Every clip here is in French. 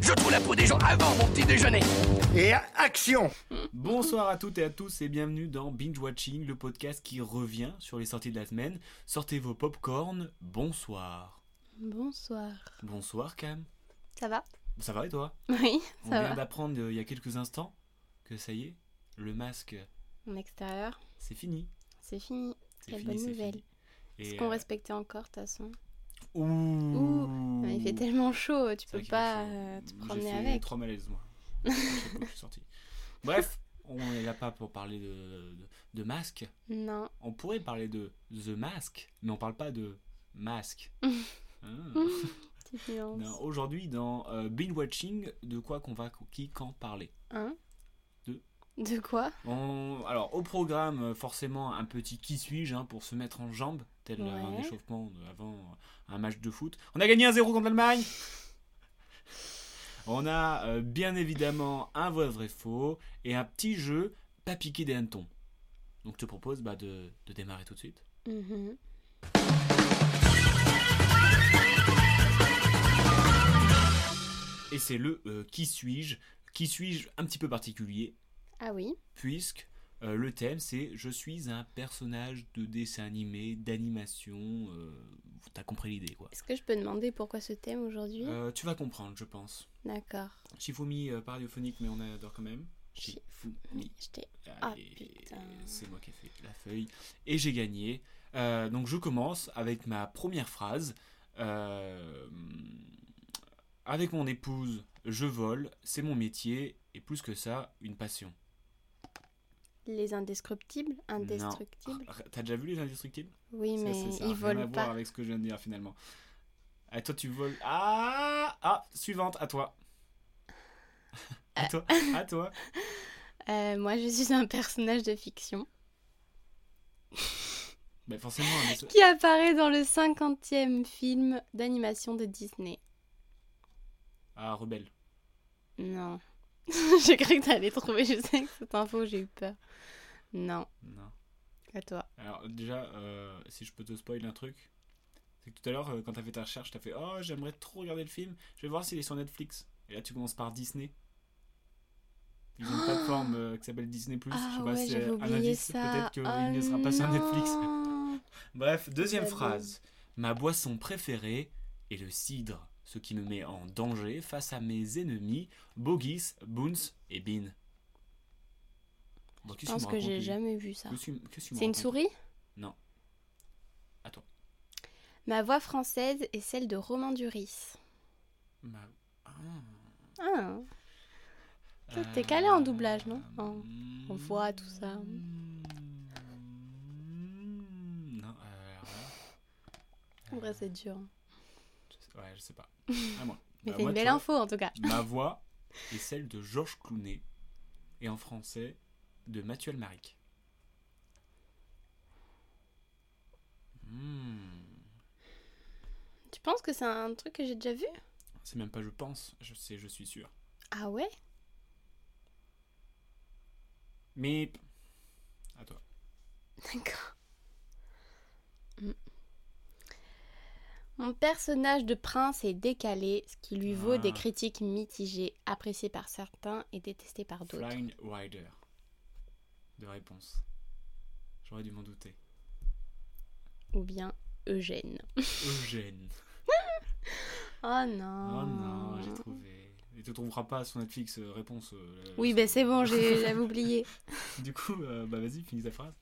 Je trouve la peau des gens avant mon petit déjeuner. Et action Bonsoir à toutes et à tous et bienvenue dans Binge Watching, le podcast qui revient sur les sorties de la semaine. Sortez vos popcorn, bonsoir. Bonsoir. Bonsoir Cam. Ça va Ça va et toi Oui, On ça vient va. d'apprendre euh, il y a quelques instants que ça y est, le masque, En extérieur, c'est fini. c'est fini. C'est Quelle fini, bonne c'est nouvelle. fini. Et, Est-ce qu'on euh, respectait encore, de toute façon Ouh. Ouh, Il fait tellement chaud, tu Mmh. C'est vrai peux qu'il pas fait- euh, te j'ai promener fait avec. trois malaises, moi. à chaque fois que je suis sorti. Bref, on n'est là pas pour parler de, de, de masque. Non. On pourrait parler de The Mask, mais on parle pas de masque. Ah. Petite nuance. Non, Aujourd'hui, dans euh, Binge Watching, de quoi qu'on va, qui, quand parler Hein Deux. De quoi On- Alors, au programme, euh, forcément, un petit qui suis-je hein, pour se mettre en jambes, tel euh, un Ouais. échauffement de- avant euh, un match de foot. On a gagné 1-0 contre l'Allemagne On a euh, bien évidemment un vrai vrai faux et un petit jeu pas piqué des hannetons. Donc, je te propose bah, de, de démarrer tout de suite. Mhm. Et c'est le euh, qui suis-je Qui suis-je un petit peu particulier Ah oui puisque euh, le thème c'est je suis un personnage de dessin animé, d'animation. euh, T'as compris l'idée quoi. Est-ce que je peux demander pourquoi ce thème aujourd'hui Euh, tu vas comprendre, je pense. D'accord. Shifumi, euh, pas radiophonique, mais on adore quand même. Shifumi. Je t'ai- Ah, Allez, putain. c'est moi qui ai fait la feuille. Et j'ai gagné. Euh, donc je commence avec ma première phrase. Euh, avec mon épouse, je vole, c'est mon métier, et plus que ça, une passion. Les indestructibles Non. Indestructibles Ah, T'as déjà vu les indestructibles Oui, Ça, mais ça, ça a rien ils à volent voir pas. avec ce que je viens de dire finalement. Ah, toi tu voles. Ah Ah Suivante, à toi. à toi À toi Euh, moi, je suis un personnage de fiction Mais Bah, forcément, mais ce- qui apparaît dans le 50e film d'animation de Disney. Ah, rebelle. Non. j'ai cru que t'allais trouver, je sais que cette info, j'ai eu peur. Non, Non. à toi. Alors, déjà, euh, si je peux te spoiler un truc, c'est que tout à l'heure, euh, quand t'as fait ta recherche, t'as fait Oh, j'aimerais trop regarder le film, je vais voir s'il est sur Netflix. Et là, tu commences par Disney. Ils ont une plateforme euh, qui s'appelle Disney. je Ah sais pas ouais, si c'est j'avais un oublié indice, ça. Ah Oh peut-être qu'il ne sera pas sur Netflix. Bref, deuxième Ça donne. phrase. Ma boisson préférée est le cidre, ce qui me met en danger face à mes ennemis Bogis, Boons et Bean. Bon, Je qu'est-ce pense me que j'ai racontes, jamais vu ça. Lily Qu'est-ce que- qu'est-ce que tu me C'est une racontes souris À toi. Ma voix française est celle de Romain Duris. Ma- Ah. Ah, Toi, t'es Euh, calé en doublage, non Ah, En- hmm. en voix, tout ça. Non, euh, alors là, en euh, vrai, c'est dur. je sais- Ouais, je sais pas. À moi. Mais Bah, moi, c'est une tu belle vois. info en tout cas. Ma voix est celle de Georges Clooney et en français de Mathieu Almaric. Hmm. Tu penses que c'est un truc que j'ai déjà vu C'est même pas je pense, je sais, je suis sûr. Ah ouais Mais à toi. D'accord. Hmm. Mon personnage de prince est décalé, ce qui lui vaut Ah. des critiques mitigées, appréciées par certains et détestées par d'autres. Flying Rider. De réponse. J'aurais dû m'en douter. Ou bien Eugène. Eugène. Oh Oh non. non, j'ai trouvé. Il te trouvera pas sur Netflix euh, réponse. euh, Oui, sur- ben c'est bon, j'ai- j'avais oublié. du coup, euh, bah vas-y, finis ta phrase.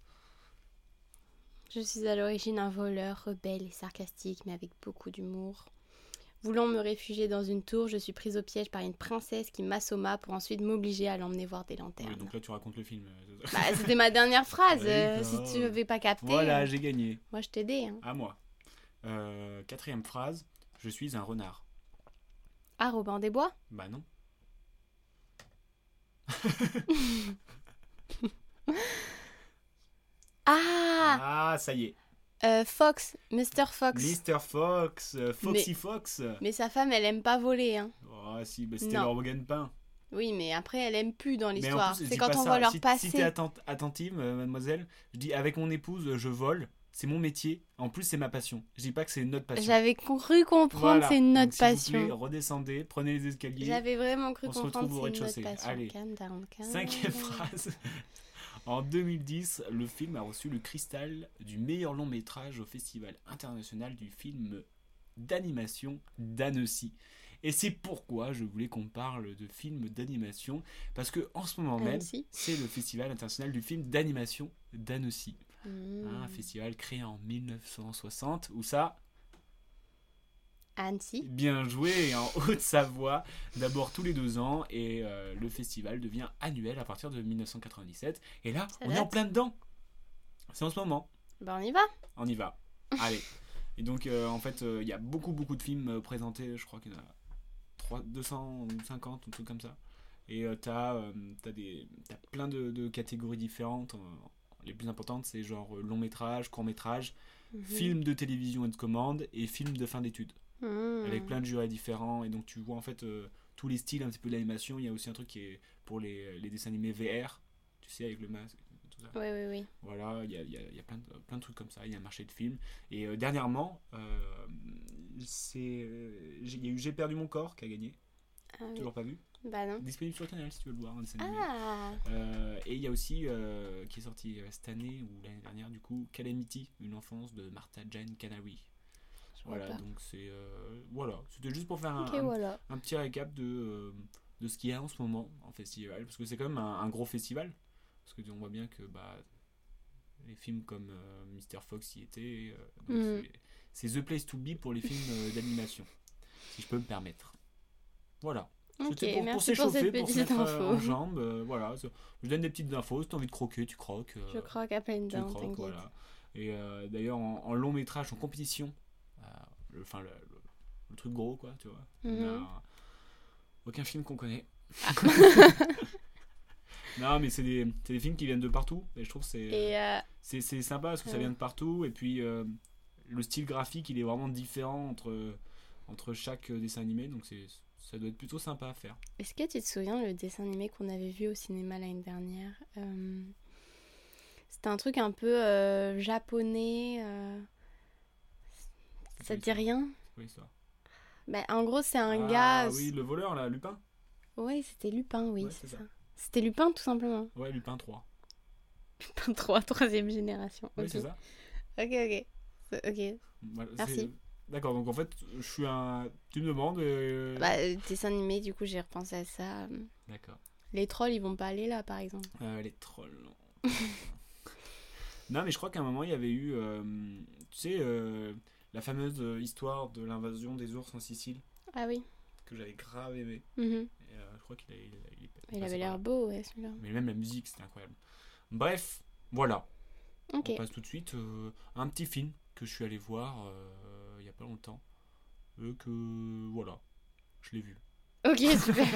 Je suis à l'origine un voleur, rebelle et sarcastique, mais avec beaucoup d'humour. Voulant me réfugier dans une tour, je suis prise au piège par une princesse qui m'assomma pour ensuite m'obliger à l'emmener voir des Ouais, lanternes. donc là, tu racontes le film. euh, c'est ça. Bah, c'était ma dernière phrase, Oui, euh, bah, si ouais. tu n'avais pas capté. Voilà, euh, j'ai gagné. Moi, je t'aidais. Hein. À moi. Euh, quatrième phrase, je suis un renard. Ah, Robin des Bois Bah non. Ah Ah. ça y est. Ah, Euh, Fox, Mr. Fox. Mr. Fox, euh, Foxy Fox. Mais sa femme, elle aime pas voler. Hein. Ah si, bah, c'était Non. leur Morgan Pain. Oui, mais après, elle aime plus dans Mais en l'histoire. plus, je C'est dis quand pas on ça. voit leur si, passé. Si t'es atten- attentive, euh, mademoiselle, je dis avec mon épouse, euh, je vole. C'est mon métier. En plus, c'est ma passion. Je dis pas que c'est notre passion. J'avais cru comprendre, Voilà. c'est une Donc, autre s'il vous plaît, passion. redescendez, prenez les escaliers. J'avais vraiment cru On se comprendre, retrouve au c'est une autre rez-de-chaussée. passion. Allez. Calm down, calm Cinquième down. phrase. En 2010, le film a reçu le cristal du meilleur long métrage au Festival international du film d'animation d'Annecy. Et c'est pourquoi je voulais qu'on parle de films d'animation, parce que en ce moment même, Annecy. c'est le Festival international du film d'animation d'Annecy. Mmh. Un festival créé en 1960, où ça, Annecy. Bien joué et en Haute-Savoie, d'abord tous les deux ans, et euh, le festival devient annuel à partir de 1997. Et là, on est en date. plein dedans. C'est en ce moment. Bah, on y va. On y va. Allez. Et donc, euh, en fait, euh, il y a beaucoup, beaucoup de films euh, présentés. Je crois qu'il y en a trois- 250, un truc comme ça. Et euh, t'as euh, t'as des- t'as plein de, de catégories différentes. Euh, les plus importantes, c'est genre euh, long métrage, court métrage, Mhm. film de télévision et de commande, et film de fin d'études Mmh. avec plein de jurés différents et donc tu vois en fait euh, tous les styles un petit peu de l'animation il y a aussi un truc qui est pour les, les dessins animés VR tu sais avec le masque et tout ça. Oui, oui, oui. voilà il y a, il y a- il y a plein, de, plein de trucs comme ça il y a un marché de films et euh, dernièrement euh, c'est euh, j'ai- il y a eu J'ai perdu mon corps qui a gagné Ah, oui. toujours pas vu Bah non. disponible sur Canal si tu veux le voir un dessin animé. Ah, Euh, et il y a aussi euh, qui est sorti euh, cette année ou l'année dernière du coup Calamity une enfance de Martha Jane Canary je vois voilà pas. donc c'est euh, voilà c'était juste pour faire un, Ok, un voilà. un petit récap de, euh, de ce qu'il y a en ce moment en festival, parce que c'est quand même un, un gros festival, parce que on voit bien que bah, les films comme euh, Mr. Fox y étaient, euh, donc Mm. c'est c'est The Place to Be pour les films euh, d'animation, si je peux me permettre. Voilà. Ok, C'était pour, pour merci pour s'échauffer, cette pour, se petite mettre euh, info. en jambes. euh, voilà, C'est- je donne des petites infos. Si t'as envie de croquer, tu croques. euh, Je croque à pleines tu dents, croques, t'inquiète. voilà. Et euh, d'ailleurs, en, en long métrage, en compétition, euh, le, enfin, le, le- le truc gros, quoi, tu vois. on a Mhm. un- Aucun film qu'on connaît. Ah. non, mais c'est des, c'est des films qui viennent de partout. Et je trouve que c'est Et euh, c'est- c'est sympa parce que ça ouais. vient de partout. Et puis, euh, le style graphique, il est vraiment différent entre, entre chaque euh, dessin animé. Donc, c'est ça doit être plutôt sympa à faire. est-ce que tu te souviens le dessin animé qu'on avait vu au cinéma l'année dernière Euh, C'était un truc un peu euh, japonais. euh, Ça Oui, te dit ça. rien Oui, ça. bah, En gros, c'est un ah, gars. Oui, le voleur, là, Lupin. Ouais, c'était Lupin, oui, Ouais, c'est c'est ça. ça. C'était Lupin, tout simplement. Ouais, Lupin 3. Lupin 3, troisième génération. Oui, Ok, c'est ça. ok. ok. C'est- Ok. Voilà, Merci. c'est- D'accord, donc en fait, je suis un. Tu me demandes. euh, Bah, euh, dessin animé, du coup, j'ai repensé à ça. D'accord. Les trolls, ils vont pas aller là, par exemple. Euh, les trolls. non. non, mais je crois qu'à un moment, il y avait eu. euh, tu sais, euh, la fameuse euh, histoire de l'invasion des ours en Sicile, Ah oui. que j'avais grave aimé. Mhm. Et, euh, je crois qu'il a- il a- il est- il est Il passé avait par l'air là. beau, ouais, celui-là. Mais même la musique, c'était incroyable. Bref, voilà. Ok. On passe tout de suite euh, à un petit film que je suis allé voir euh, il y a pas longtemps. Et que. Voilà. Je l'ai vu. Ok, super.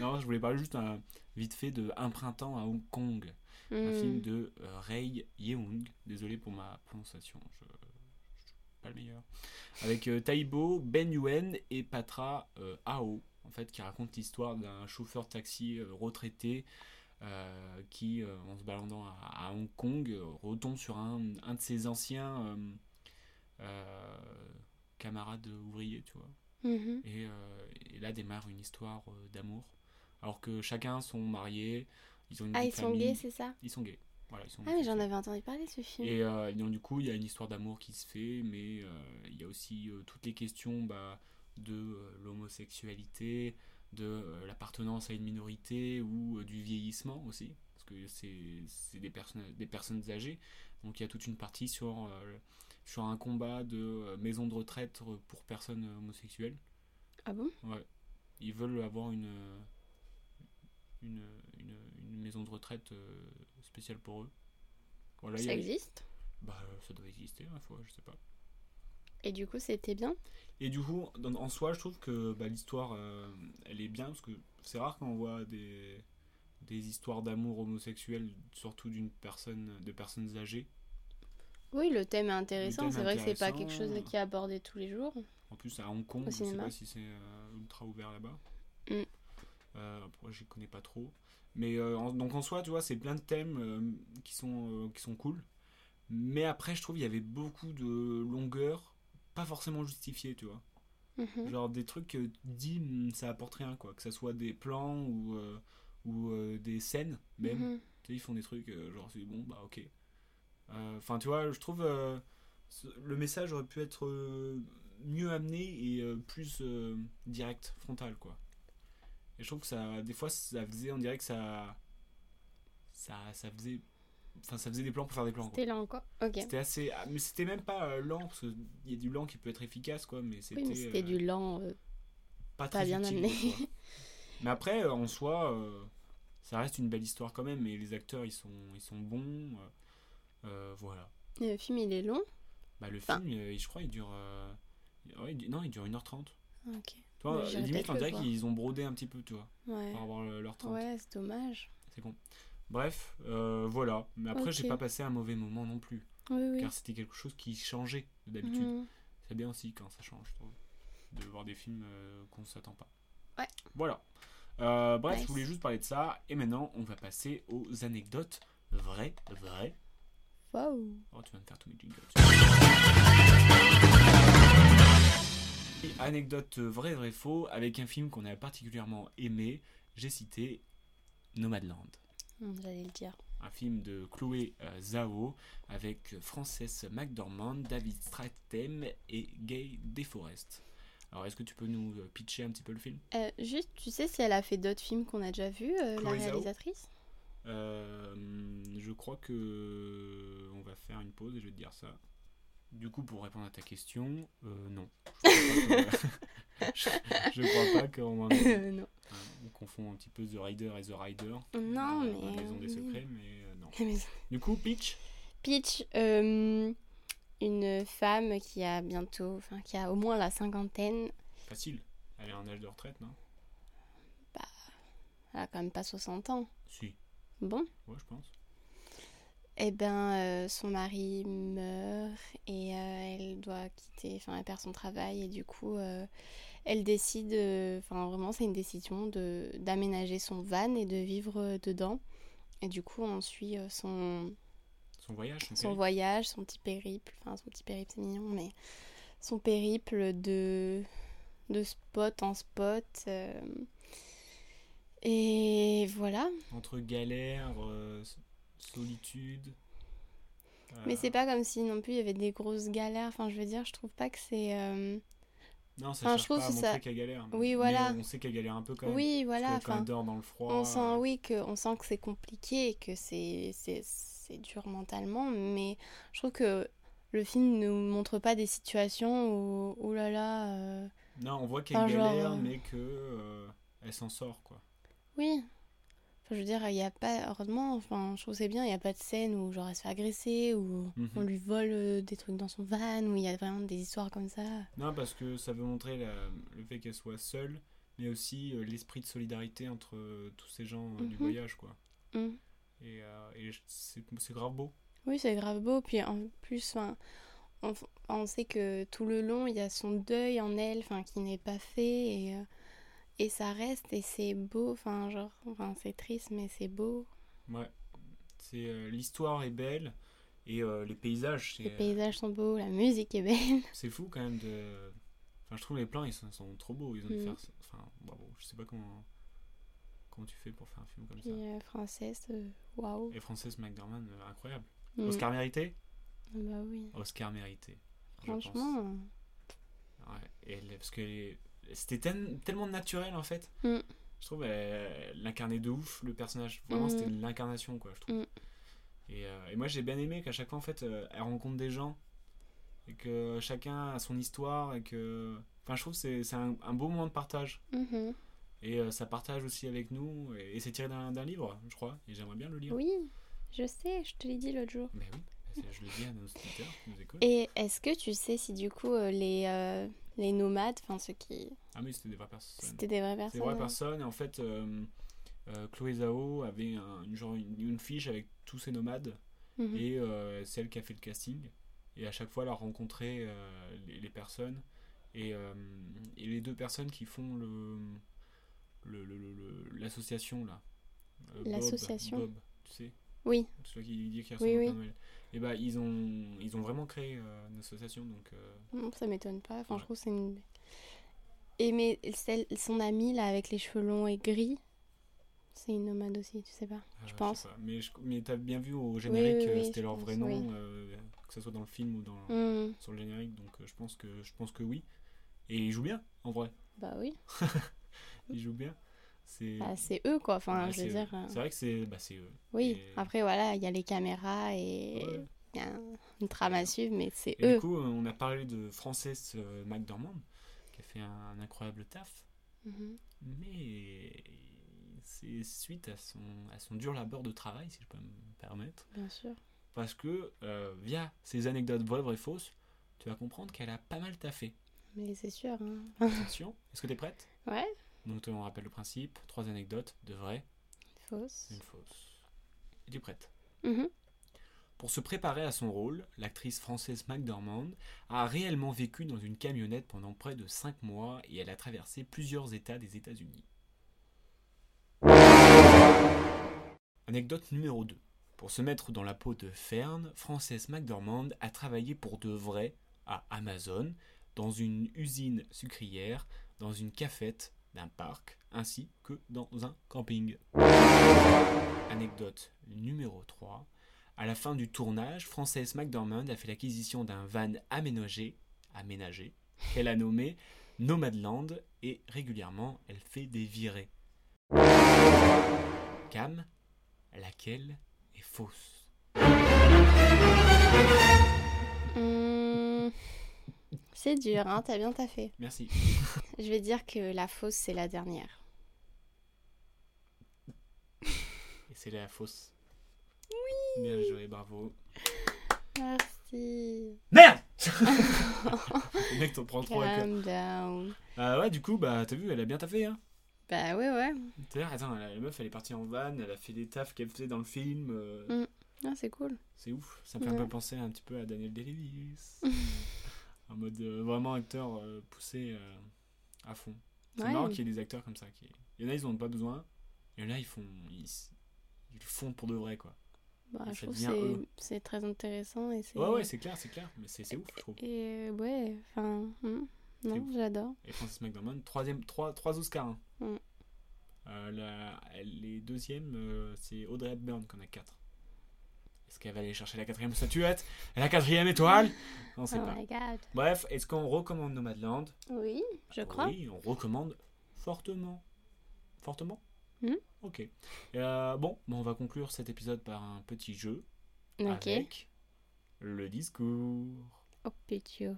Non, je voulais parler juste un- vite fait de Un printemps à Hong Kong, un Hmm. film de euh, Ray Yeung. Désolé pour ma prononciation, je, je suis pas le meilleur. Avec euh, Taibo, Ben Yuen et Patra euh, Ao, en fait, qui raconte l'histoire d'un chauffeur de taxi euh, retraité euh, qui, euh, en se baladant à, à Hong Kong, euh, retombe sur un, un de ses anciens euh, euh, camarades ouvriers, tu vois. Mhm. Et, euh, et là démarre une histoire euh, d'amour. Alors que chacun sont mariés, ils ont une Ah, vie ils de sont famille. gays, c'est ça Ils sont gays. Voilà, ils sont Ah, mais j'en homosexuels. avais entendu parler, ce film. Et euh, et donc, du coup, il y a une histoire d'amour qui se fait, mais euh, il y a aussi euh, toutes les questions bah, de euh, l'homosexualité, de euh, l'appartenance à une minorité ou euh, du vieillissement aussi, parce que c'est c'est des personnes, des personnes âgées. Donc il y a toute une partie sur, euh, sur un combat de euh, maison de retraite pour personnes euh, homosexuelles. Ah bon Ils veulent avoir une, euh, une, une, une maison de retraite euh, spéciale pour eux. Voilà, il y Ça a- existe Bah, euh, ça doit exister, hein, faut- je sais pas. Et du coup, c'était bien Et du coup, dans- en soi, je trouve que bah, l'histoire, euh, elle est bien, parce que c'est rare qu'on voit des, des histoires d'amour homosexuel, surtout d'une personne, de personnes âgées. Oui, le thème est intéressant. thème C'est est vrai que c'est pas quelque chose intéressant. qui est abordé tous les jours. En plus, à Hong Kong, Au je sais cinéma. pas si c'est euh, ultra ouvert là-bas. Mm. Euh, moi, j'y connais pas trop. Mais euh, en- donc en soi, tu vois, c'est plein de thèmes euh, qui sont euh, qui sont cool. Mais après, je trouve il y avait beaucoup de longueur, pas forcément justifiée, tu vois. Mhm. Genre des trucs que tu dis, hmm, ça apporte rien, quoi. Que ça soit des plans ou euh, ou euh, des scènes même. Mhm. Tu sais, ils font des trucs, euh, genre, c'est bon, bah ok. Enfin, tu vois, je trouve euh, ce- le message aurait pu être euh, mieux amené et euh, plus euh, direct, frontal, quoi. Et je trouve que ça, des fois, ça faisait, on dirait que ça. Ça, ça faisait. Enfin, ça faisait des plans pour faire des plans, quoi. T'es là encore Ok. C'était assez. ah, Mais c'était même pas euh, lent, parce qu'il y a du lent qui peut être efficace, quoi, mais c'était. Oui, mais c'était euh, du lent. euh, pas Pas très bien utile, amené. quoi. Mais après, euh, en soi, euh, ça reste une belle histoire quand même. Et les acteurs, ils sont, ils sont bons. euh, euh, voilà. Le film, il est long. Bah, le Enfin. film, euh, je crois, il dure. euh, ouais, il du- non, il dure 1h30. Ok. Tu vois, Ouais, j'irai limite, peut-être on le dirait voir. qu'ils ont brodé un petit peu, tu vois, Ouais. pour avoir le- leur 30. Ouais, c'est dommage. C'est con. Bref, euh, voilà. Mais après, j'ai Ok. pas passé un mauvais moment non plus. Oui, oui. Car c'était quelque chose qui changeait de d'habitude. Mhm. C'est bien aussi quand ça change, je trouve, de voir des films euh, qu'on ne s'attend pas. Ouais. Voilà. Euh, bref, Nice. je voulais juste parler de ça. Et maintenant, on va passer aux anecdotes vraies, vraies. Waouh. Oh, tu vas me faire tous mes jingles. Et Anecdote vraie, vrai, faux, avec un film qu'on a particulièrement aimé. J'ai cité Nomadland. Hum, J'allais le dire. Un film de Chloé euh, Zhao avec Frances McDormand, David Strathairn et Gay DeForest. Alors, est-ce que tu peux nous euh, pitcher un petit peu le film Euh, juste, tu sais si elle a fait d'autres films qu'on a déjà vus, euh, la Chloé Zhao réalisatrice Euh, Je crois que on va faire une pause et je vais te dire ça. Du coup, pour répondre à ta question, euh, non. Je crois pas que- je, je crois pas qu'on m'en ait- Euh, Non. hein, on confond un petit peu The Rider et The Rider. Non, euh, mais. La maison des oui. secrets, mais euh, non. La maison Du coup, pitch Peach, euh, une femme qui a bientôt, enfin qui a au moins la cinquantaine, Facile. Elle est en âge de retraite, non elle a quand même pas 60 ans. Si. Bon, Ouais, je pense. et ben euh, son mari meurt et euh, elle doit quitter, enfin elle perd son travail et du coup euh, elle décide, euh, enfin vraiment c'est une décision de d'aménager son van et de vivre euh, dedans. Et du coup on suit euh, son Son voyage, son, son périple. voyage, son petit périple, enfin son petit périple c'est mignon, mais son périple de, de spot en spot. euh, et voilà. euh, entre galère, euh, s- solitude. Mais euh, c'est pas comme si non plus il y avait des grosses galères. Enfin, je veux dire, je trouve pas que c'est. euh, Non, ça enfin, je cherche trouve pas à que montrer ça- qu'elle galère. mais- Oui, mais voilà. on sait qu'elle galère un peu quand même. Oui, voilà. Parce que quand Enfin, elle dort dans le froid. on sent, euh, oui, que, on sent que c'est compliqué et que c'est, c'est, c'est dur mentalement, mais je trouve que le film ne nous montre pas des situations où, oh là là. euh, Non, on voit qu'elle Enfin, genre, galère, euh, mais que euh, elle s'en sort quoi. Oui. Enfin, je veux dire, il n'y a pas. Heureusement, enfin, je trouve que c'est bien, il n'y a pas de scène où genre elle se fait agresser, où Mhm. on lui vole euh, des trucs dans son van, où il y a vraiment des histoires comme ça. Non, parce que ça veut montrer la- le fait qu'elle soit seule, mais aussi euh, l'esprit de solidarité entre euh, tous ces gens euh, du Mhm. voyage quoi. Mhm. Et, euh, et je- c'est c'est grave beau. Oui, c'est grave beau. Puis en plus, enfin, on, on sait que tout le long, il y a son deuil en elle enfin, qui n'est pas fait. Et, euh, et ça reste, et c'est beau. Enfin, genre, enfin, c'est triste, mais c'est beau. Ouais. C'est euh, l'histoire est belle et euh, les paysages c'est Les euh, paysages sont beaux, la musique est belle. C'est fou quand même de. Enfin, je trouve les plans, ils sont, sont trop beaux. Ils ont dû Mm. faire. Enfin, bravo. Je sais pas comment. Comment tu fais pour faire un film comme Puis ça. euh, française, euh, waouh. Et Frances McDormand, euh, incroyable. Mm. Oscar mérité Ah Bah oui, Oscar mérité. je pense. franchement. Ouais. Et elle- parce que les- c'était tel- tellement naturel en fait. Mm. Je trouve euh, l'incarnait de ouf le personnage. Vraiment, Mm. c'était l'incarnation quoi, je trouve. Mm. Et, euh, et moi, j'ai bien aimé qu'à chaque fois en fait, euh, elle rencontre des gens et que chacun a son histoire et que. Enfin, je trouve que c'est c'est un, un beau moment de partage. Mhm. Et euh, ça partage aussi avec nous. Et, et c'est tiré d'un d'un livre, je crois. Et j'aimerais bien le lire. Oui, je sais, je te l'ai dit l'autre jour. Mais oui, ben c'est- je le dis à nos auditeurs qui nous écoutent. Et est-ce que tu sais si du coup euh, les, euh, les nomades, enfin ceux qui. Ah, mais c'était des vraies personnes. C'était des vraies C'est personnes des vraies hein personnes. Et en fait, euh, euh, Chloé Zhao avait un- une, genre, une, une fiche avec tous ses nomades Mhm. et euh, c'est elle qui a fait le casting. Et à chaque fois, elle a rencontré euh, les, les personnes. Et, euh, et les deux personnes qui font le le- le- le- le- l'association là. Euh, Bob- L'association Bob, tu sais Oui, celui qui dit qu'il Oui, ressemble oui. au Père Noël. Et bah ils ont ils ont vraiment créé euh, une association donc euh, non, ça m'étonne pas. Enfin, je Ouais. trouve que c'est une. Et mais celle, son amie là avec les cheveux longs et gris, c'est une nomade aussi, tu sais pas. euh, sais pense. pas. Mais je- mais t'as bien vu au générique oui, euh, oui, c'était je leur pense, vrai nom oui. euh, que ce soit dans le film ou dans Hmm, sur le générique donc euh, je pense que je pense que oui et ils jouent bien en vrai Bah oui, ils jouent bien c'est Bah, c'est eux quoi. Enfin, ouais, je veux c'est- dire. euh, c'est vrai que c'est bah c'est eux. Oui, ah, Et- après voilà, il y a les caméras et Ouais. il y a un- une trame à suivre, mais c'est Et eux. du coup, euh, on a parlé de Frances euh, McDormand, qui a fait un, un incroyable taf, Mhm. mais c'est suite à son, à son dur labeur de travail, si je peux me permettre, Bien sûr. parce que euh, via ces anecdotes vraies, vraies, fausses, tu vas comprendre qu'elle a pas mal taffé. Mais c'est sûr. hein. Attention, est-ce que t'es prête Ouais. Donc on rappelle le principe, trois anecdotes, de vraies, Fausse. une fausse. Et tu es prête Mhm. Pour se préparer à son rôle, l'actrice française McDormand a réellement vécu dans une camionnette pendant près de 5 mois et elle a traversé plusieurs États des États-Unis. Anecdote numéro 2. Pour se mettre dans la peau de Fern, Frances McDormand a travaillé pour de vrai à Amazon, dans une usine sucrière, dans une cafette d'un parc, ainsi que dans un camping. Anecdote numéro 3. À la fin du tournage, Frances McDormand a fait l'acquisition d'un van aménagé, aménagé qu'elle a nommé Nomadland et régulièrement elle fait des virées. Cam, laquelle est fausse Hum, C'est dur, hein, t'as bien taffé. Merci. Je vais dire que la fausse, c'est la dernière. Et c'est la fausse. Oui Bien joué, bravo. Merci. Merde Mec, t'en prends trop avec Calm down. Ah ouais, du coup, bah t'as vu, elle a bien taffé, hein Bah ouais, ouais. D'ailleurs, attends, la la meuf, elle est partie en van, elle a fait des tafs qu'elle faisait dans le film. euh, Mm. Ah, c'est cool. C'est ouf, ça me fait un Ouais. peu penser un petit peu à Daniel Day-Lewis. en mode euh, vraiment acteur euh, poussé euh, à fond. C'est Ouais. marrant qu'il y ait des acteurs comme ça. Qui... Il y en a, ils en ont pas besoin. Il y en a, ils font. Ils, s- ils le font pour de vrai, quoi. Bah, ça je trouve que devient c'est- Ah, eux. c'est très intéressant. Et c'est- Ouais, ouais, c'est clair, c'est clair. Mais c'est c'est ouf, je trouve. Et euh, ouais, enfin. hum, Non, ouf. j'adore. Et Frances McDormand, troisième, trois, trois Oscars. hein. Mm. Euh, la- elle- les deuxièmes, euh, c'est Audrey Hepburn qu'on a quatre. Est-ce qu'elle va aller chercher la quatrième statuette La quatrième étoile On sait Oh pas. my god. Bref, est-ce qu'on recommande Nomadland Oui, je crois. Oui, on recommande fortement. Fortement Hmm. Ok. Euh, bon, bon, on va conclure cet épisode par un petit jeu Ok. avec le discours. Oh, pitio.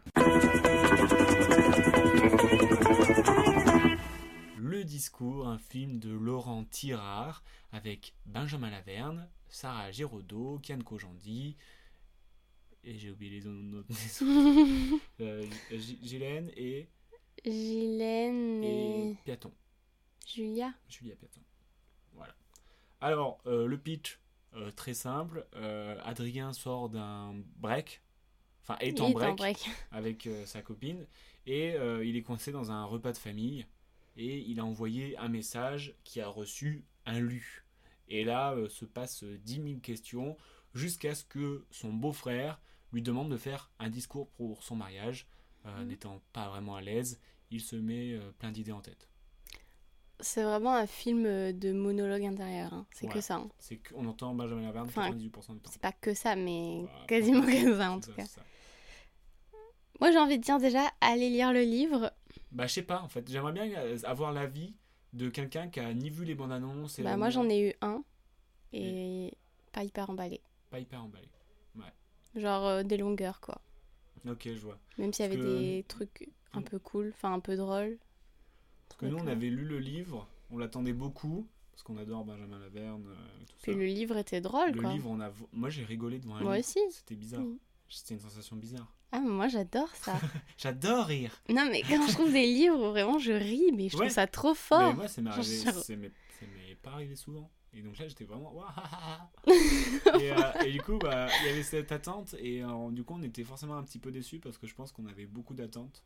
Le discours, un film de Laurent Tirard avec Benjamin Laverne, Sarah Géraudot, Kian Kojandi et j'ai oublié les autres. les autres. Euh, G- Ghislaine et, Ghislaine et... et Piaton. Julia. Julia Piatin. Voilà. Alors, euh, le pitch, euh, très simple. Euh, Adrien sort d'un break, enfin est, en, Il break avec euh, sa copine, et euh, il est coincé dans un repas de famille, et il a envoyé un message qui a reçu un lu. Et là, euh, se passent euh, 10 000 questions, jusqu'à ce que son beau-frère lui demande de faire un discours pour son mariage. Euh, Mhm. N'étant pas vraiment à l'aise, il se met euh, plein d'idées en tête. C'est vraiment un film euh, de monologue intérieur. hein. C'est que Ouais. ça. hein. C'est qu'on entend Benjamin Laverne Enfin, 98% du temps. C'est pas que ça, mais Voilà. quasiment que ça en C'est tout cas. c'est Moi j'ai envie de dire déjà, allez lire le livre. Bah, je sais pas, en fait. J'aimerais bien euh, avoir l'avis de quelqu'un qui a ni vu les bandes annonces. Bah, moi j'en ai eu un et pas hyper emballé. Pas hyper emballé. Genre euh, des longueurs quoi. Ok, je vois. Même s'il y Parce avait que- euh, des trucs un peu cool, enfin un peu drôles. Parce que nous, on D'accord. avait lu le livre, on l'attendait beaucoup, parce qu'on adore Benjamin Laverne. euh, et tout Puis ça. le livre était drôle Le quoi. livre, on a... moi j'ai rigolé devant un Moi livre. aussi. C'était bizarre. Mm. C'était une sensation bizarre. Ah, mais moi j'adore ça. J'adore rire. non, mais quand je trouve des livres où vraiment je ris, mais je Ouais. trouve ça trop Mais fort. moi, ça m'est Genre, arrivé, sur- ça m'est ça m'est pas arrivé souvent. Et donc là, j'étais vraiment. Ouah, ah, ah, ah. et, euh, et du coup, bah, il y avait cette attente. Et euh, du coup, on était forcément un petit peu déçus parce que je pense qu'on avait beaucoup d'attentes.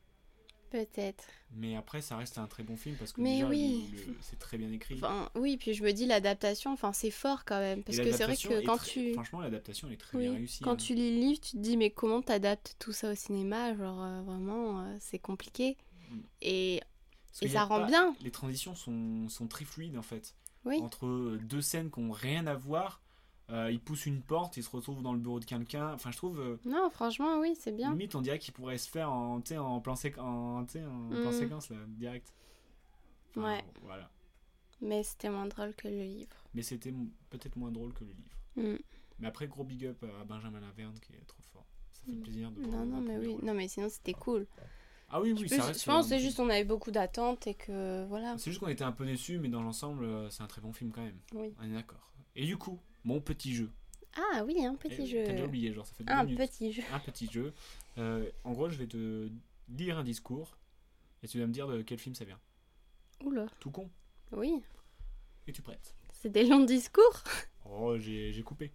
Peut-être. Mais après, ça reste un très bon film parce que Mais déjà, oui. le- le- c'est très bien écrit. Enfin, oui, puis je me dis l'adaptation, enfin c'est fort quand même. Parce Et que c'est vrai l'adaptation que est quand très- tu. Franchement, l'adaptation elle est très Oui, bien réussie. Quand hein. tu lis le livre, tu te dis mais comment t'adaptes tout ça au cinéma Genre euh, vraiment, euh, c'est compliqué. Mm. Et, Parce et qu'il y a ça rend pas- bien. Les transitions sont, sont très fluides en fait. Oui. Entre euh, deux scènes qui n'ont rien à voir, euh, il pousse une porte, il se retrouve dans le bureau de quelqu'un. Enfin, je trouve. euh, Non, franchement, oui, c'est bien. Limite, on dirait qu'il pourrait se faire en, tu sais, en, plan, séqu- en, tu sais, en plan Mm. séquence, là, direct. Enfin, Ouais. Voilà. Mais c'était moins drôle que le livre. Mais c'était m- peut-être moins drôle que le livre. Mm. Mais après, gros big up à Benjamin Laverne qui est trop fort. Ça fait Mm. plaisir de voir Non, non, un mais premier oui. rôle. Non, mais sinon c'était cool. Ah oui, oui, je, ça pense- reste. je pense que un c'est bon juste film. on avait beaucoup d'attentes et que voilà. C'est juste qu'on était un peu déçus, mais dans l'ensemble, euh, c'est un très bon film quand même. Oui. On est d'accord. Et du coup, mon petit jeu. Ah oui, un Eh, petit jeu. T'as déjà oublié, genre, ça fait deux Un minutes. petit jeu. un petit jeu. Euh, en gros, je vais te lire un discours et tu vas me dire de quel film ça vient. Oula. Tout con. Oui. Et tu prêtes. C'est des longs discours. Oh, j'ai j'ai coupé.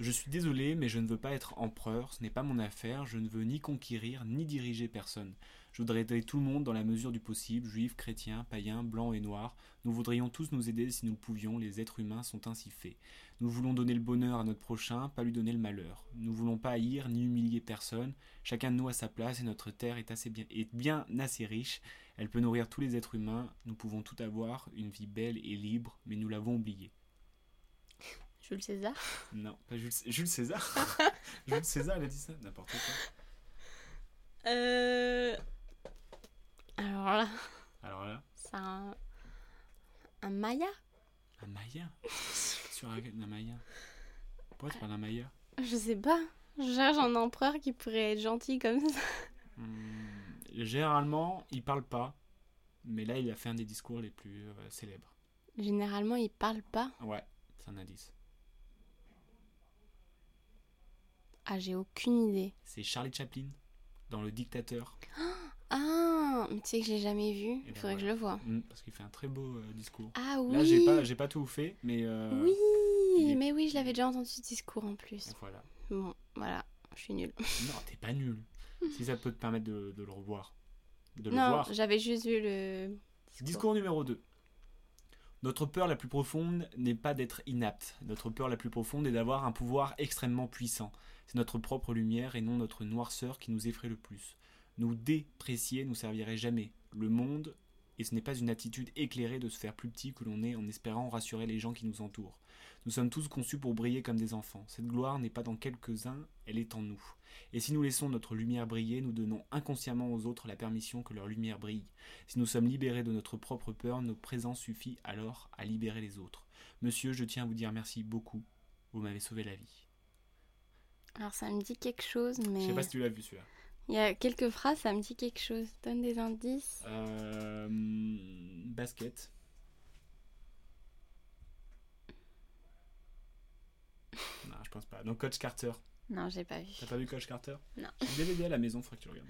je suis désolé, mais je ne veux pas être empereur, ce n'est pas mon affaire, je ne veux ni conquérir, ni diriger personne. Je voudrais aider tout le monde dans la mesure du possible, juifs, chrétiens, païens, blancs et noirs. Nous voudrions tous nous aider si nous le pouvions, les êtres humains sont ainsi faits. Nous voulons donner le bonheur à notre prochain, pas lui donner le malheur. Nous voulons pas haïr ni humilier personne, chacun de nous a sa place et notre terre est, assez bien, est bien assez riche. Elle peut nourrir tous les êtres humains, nous pouvons tout avoir, une vie belle et libre, mais nous l'avons oubliée. Jules César. Non, pas Jules, Jules César. Jules César, il a dit ça N'importe quoi. Euh... Alors là, Alors là, c'est un... un Maya un Maya Sur un, un Maya Pourquoi tu parles d'un Maya Je sais pas. Je cherche un empereur qui pourrait être gentil comme ça. Hmm, Généralement, il parle pas. Mais là, il a fait un des discours les plus euh, célèbres. Généralement, il parle pas. Ouais, c'est un indice. Ah, j'ai aucune idée. C'est Charlie Chaplin dans Le Dictateur. Ah, mais tu sais que je l'ai jamais vu. Eh Il ben faudrait que je voilà. le voie. Hmm, parce qu'il fait un très beau euh, discours. Ah oui. Là, j'ai pas, j'ai pas tout fait, mais. euh, Oui, est- mais oui, je l'avais déjà entendu ce discours en plus. Voilà. Bon, voilà, je suis nulle. Non, t'es pas nul. si ça peut te permettre de, de le revoir. De le Non, voir. j'avais juste vu le Discours numéro 2. Notre peur la plus profonde n'est pas d'être inapte. Notre peur la plus profonde est d'avoir un pouvoir extrêmement puissant. C'est notre propre lumière et non notre noirceur qui nous effraie le plus. Nous déprécier nous servirait jamais. Le monde, et ce n'est pas une attitude éclairée de se faire plus petit que l'on est en espérant rassurer les gens qui nous entourent. Nous sommes tous conçus pour briller comme des enfants. Cette gloire n'est pas dans quelques-uns, elle est en nous. Et si nous laissons notre lumière briller, nous donnons inconsciemment aux autres la permission que leur lumière brille. Si nous sommes libérés de notre propre peur, nos présences suffit alors à libérer les autres. Monsieur, je tiens à vous dire merci beaucoup. Vous m'avez sauvé la vie. Alors ça me dit quelque chose, Je mais sais pas si tu l'as vu celui-là. il y a quelques phrases, ça me dit quelque chose. Donne des indices. Euh, basket. Non, je pense pas. Donc Coach Carter. Non, j'ai pas vu. T'as pas vu Coach Carter Non. J'ai le DVD à la maison, faudrait que tu le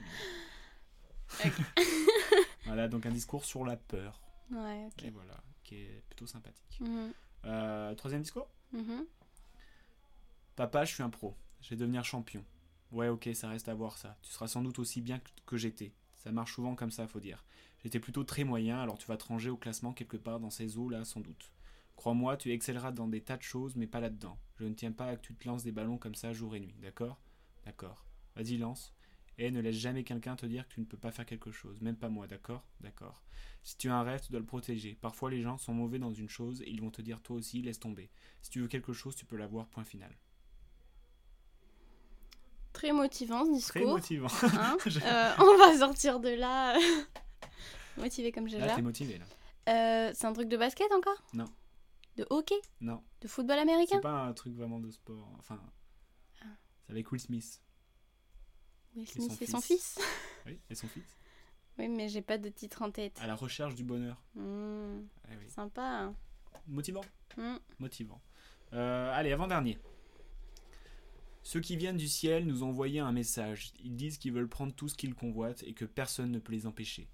regardes. voilà, donc un discours sur la peur. Ouais, ok. Et voilà, qui est plutôt sympathique. Mhm, Euh, troisième discours mhm. Papa, je suis un pro. Je vais devenir champion. Ouais, ok, ça reste à voir ça. Tu seras sans doute aussi bien que- que j'étais. Ça marche souvent comme ça, faut dire. J'étais plutôt très moyen, alors tu vas te ranger au classement quelque part dans ces eaux-là, sans doute. Crois-moi, tu excelleras dans des tas de choses, mais pas là-dedans. Je ne tiens pas à que tu te lances des ballons comme ça jour et nuit, d'accord D'accord. Vas-y, lance. Et ne laisse jamais quelqu'un te dire que tu ne peux pas faire quelque chose, même pas moi, d'accord D'accord. Si tu as un rêve, tu dois le protéger. Parfois, les gens sont mauvais dans une chose et ils vont te dire toi aussi, laisse tomber. Si tu veux quelque chose, tu peux l'avoir, point final. Très motivant ce Très discours. motivant. hein. Je- Euh, on va sortir de là. Motivé comme j'ai Là, là. t'es motivé, là. Euh, c'est un truc de basket encore Non. De hockey Non, De football américain c'est pas un truc vraiment de sport. Enfin, c'est avec Will Smith. Will son Smith et son fils. fils. Oui, et son fils. oui, mais j'ai pas de titre en tête. À la recherche du bonheur. Hmm, Eh Ah. oui. sympa. hein. Motivant. Hmm. Motivant. Euh, allez, avant-dernier. Ceux qui viennent du ciel nous ont envoyé un message. Ils disent qu'ils veulent prendre tout ce qu'ils convoitent et que personne ne peut les empêcher.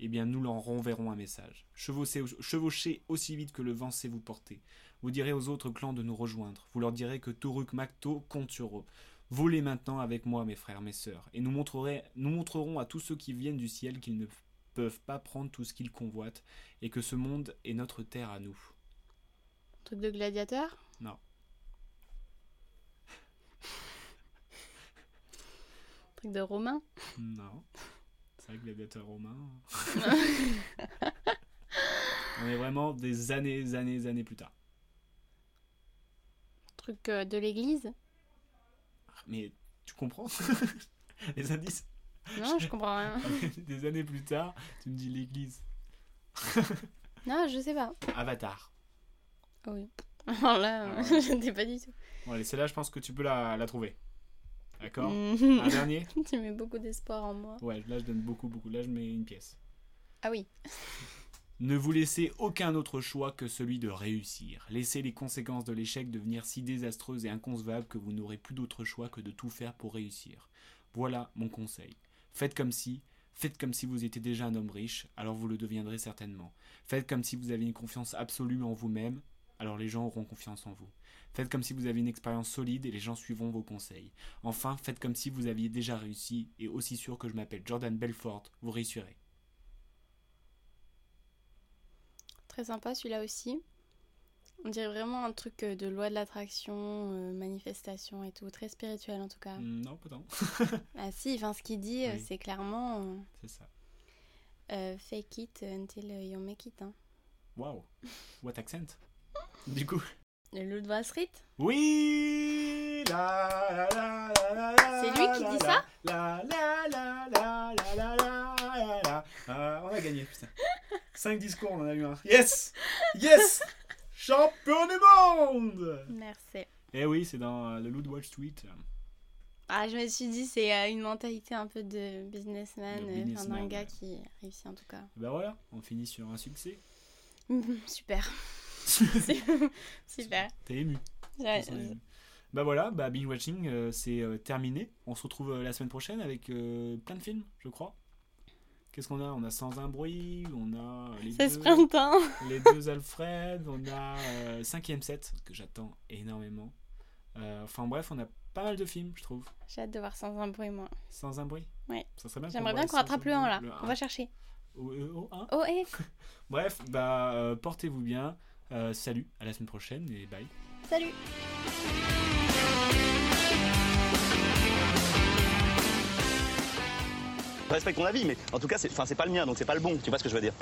Eh bien, nous leur renverrons un message. Chevauchez, chevauchez aussi vite que le vent sait vous porter. Vous direz aux autres clans de nous rejoindre. Vous leur direz que Toruk Makto compte sur eux. Volez maintenant avec moi, mes frères, mes sœurs, et nous, montrerez- nous montrerons à tous ceux qui viennent du ciel qu'ils ne peuvent pas prendre tout ce qu'ils convoitent et que ce monde est notre terre à nous. Truc de gladiateur Non. Truc de romain Non. C'est vrai que gladiateur romain. hein. On est vraiment des années, années, années plus tard. Truc euh, de l'église Mais tu comprends Les indices Non, je comprends rien. Des années plus tard, tu me dis l'église. Non, je sais pas. Avatar. Ah oui. Alors là, Ah ouais. je ne sais pas du tout. Bon, allez, celle-là, je pense que tu peux la, la trouver. D'accord Ah. Mhm. Un dernier tu mets beaucoup d'espoir en moi. Ouais, là, je donne beaucoup, beaucoup. Là, je mets une pièce. Ah oui. Ne vous laissez aucun autre choix que celui de réussir. Laissez les conséquences de l'échec devenir si désastreuses et inconcevables que vous n'aurez plus d'autre choix que de tout faire pour réussir. Voilà mon conseil. Faites comme si, faites comme si vous étiez déjà un homme riche, alors vous le deviendrez certainement. Faites comme si vous avez une confiance absolue en vous-même, alors les gens auront confiance en vous. Faites comme si vous avez une expérience solide et les gens suivront vos conseils. Enfin, faites comme si vous aviez déjà réussi et aussi sûr que je m'appelle Jordan Belfort, vous réussirez. Très sympa celui-là aussi. On dirait vraiment un truc euh, de loi de l'attraction, euh, manifestation et tout. Très spirituel en tout cas. Hmm, Non, pas tant. Ah si, enfin ce qu'il dit, euh, Mm. Oui. c'est clairement euh, C'est ça. euh, fake it until you make it. Hein. Wow, what accent Du coup. Le loup de Wall Street Oui la, la, la, la, la, la, C'est lui qui la, dit la, ça la, la, la, la, la, la, la, la, la. Ah, On a gagné, putain. 5 discours, on en a eu un. Yes Yes Champion du monde Merci. Eh oui, c'est dans euh, le Loot Watch Tweet. Ah, je me suis dit, c'est euh, une mentalité un peu de businessman, De euh, enfin, d'un businessman, gars ouais. qui réussit en tout cas. Ben voilà, on finit sur un succès. Super. Super. T'es ému. Ouais, Tous en ému. Bah voilà, bah Binge Watching, euh, c'est euh, terminé. On se retrouve euh, la semaine prochaine avec euh, plein de films, je crois. Qu'est-ce qu'on a On a Sans un bruit, on a euh, les, C'est ce deux, printemps. les deux Alfred, on a euh, Cinquième Set, que j'attends énormément. Euh, enfin bref, on a pas mal de films, je trouve. J'ai hâte de voir sans un bruit, moi. Sans un bruit. Ouais. Ça serait bien J'aimerais voit bien qu'on Sans rattrape un le 1 bruit, là. le On va chercher. Oh, oh, oh, hein. Oh, et Bref, bah euh, portez-vous bien. Euh, salut, à la semaine prochaine et bye. salut Je respecte ton avis, mais en tout cas, c'est enfin, c'est pas le mien, donc c'est pas le bon. Tu vois ce que je veux dire